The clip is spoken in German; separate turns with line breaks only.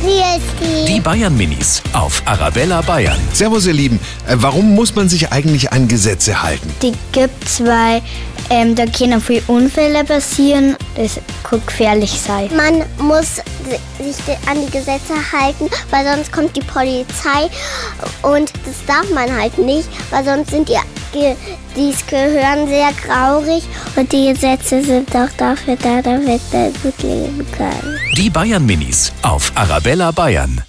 Hier ist
Die Bayern Minis auf Arabella Bayern.
Servus, ihr Lieben. Äh, warum muss man sich eigentlich an Gesetze halten?
Die gibt's, weil ähm, da können viele Unfälle passieren. Das kann gefährlich sein.
Man muss sich an die Gesetze halten, weil sonst kommt die Polizei und das darf man halt nicht, weil sonst sind die, Ge- dies Gehirn sehr traurig und die Gesetze sind auch dafür da, damit man gut leben kann.
Die Bayern Minis auf Arabella Bayern.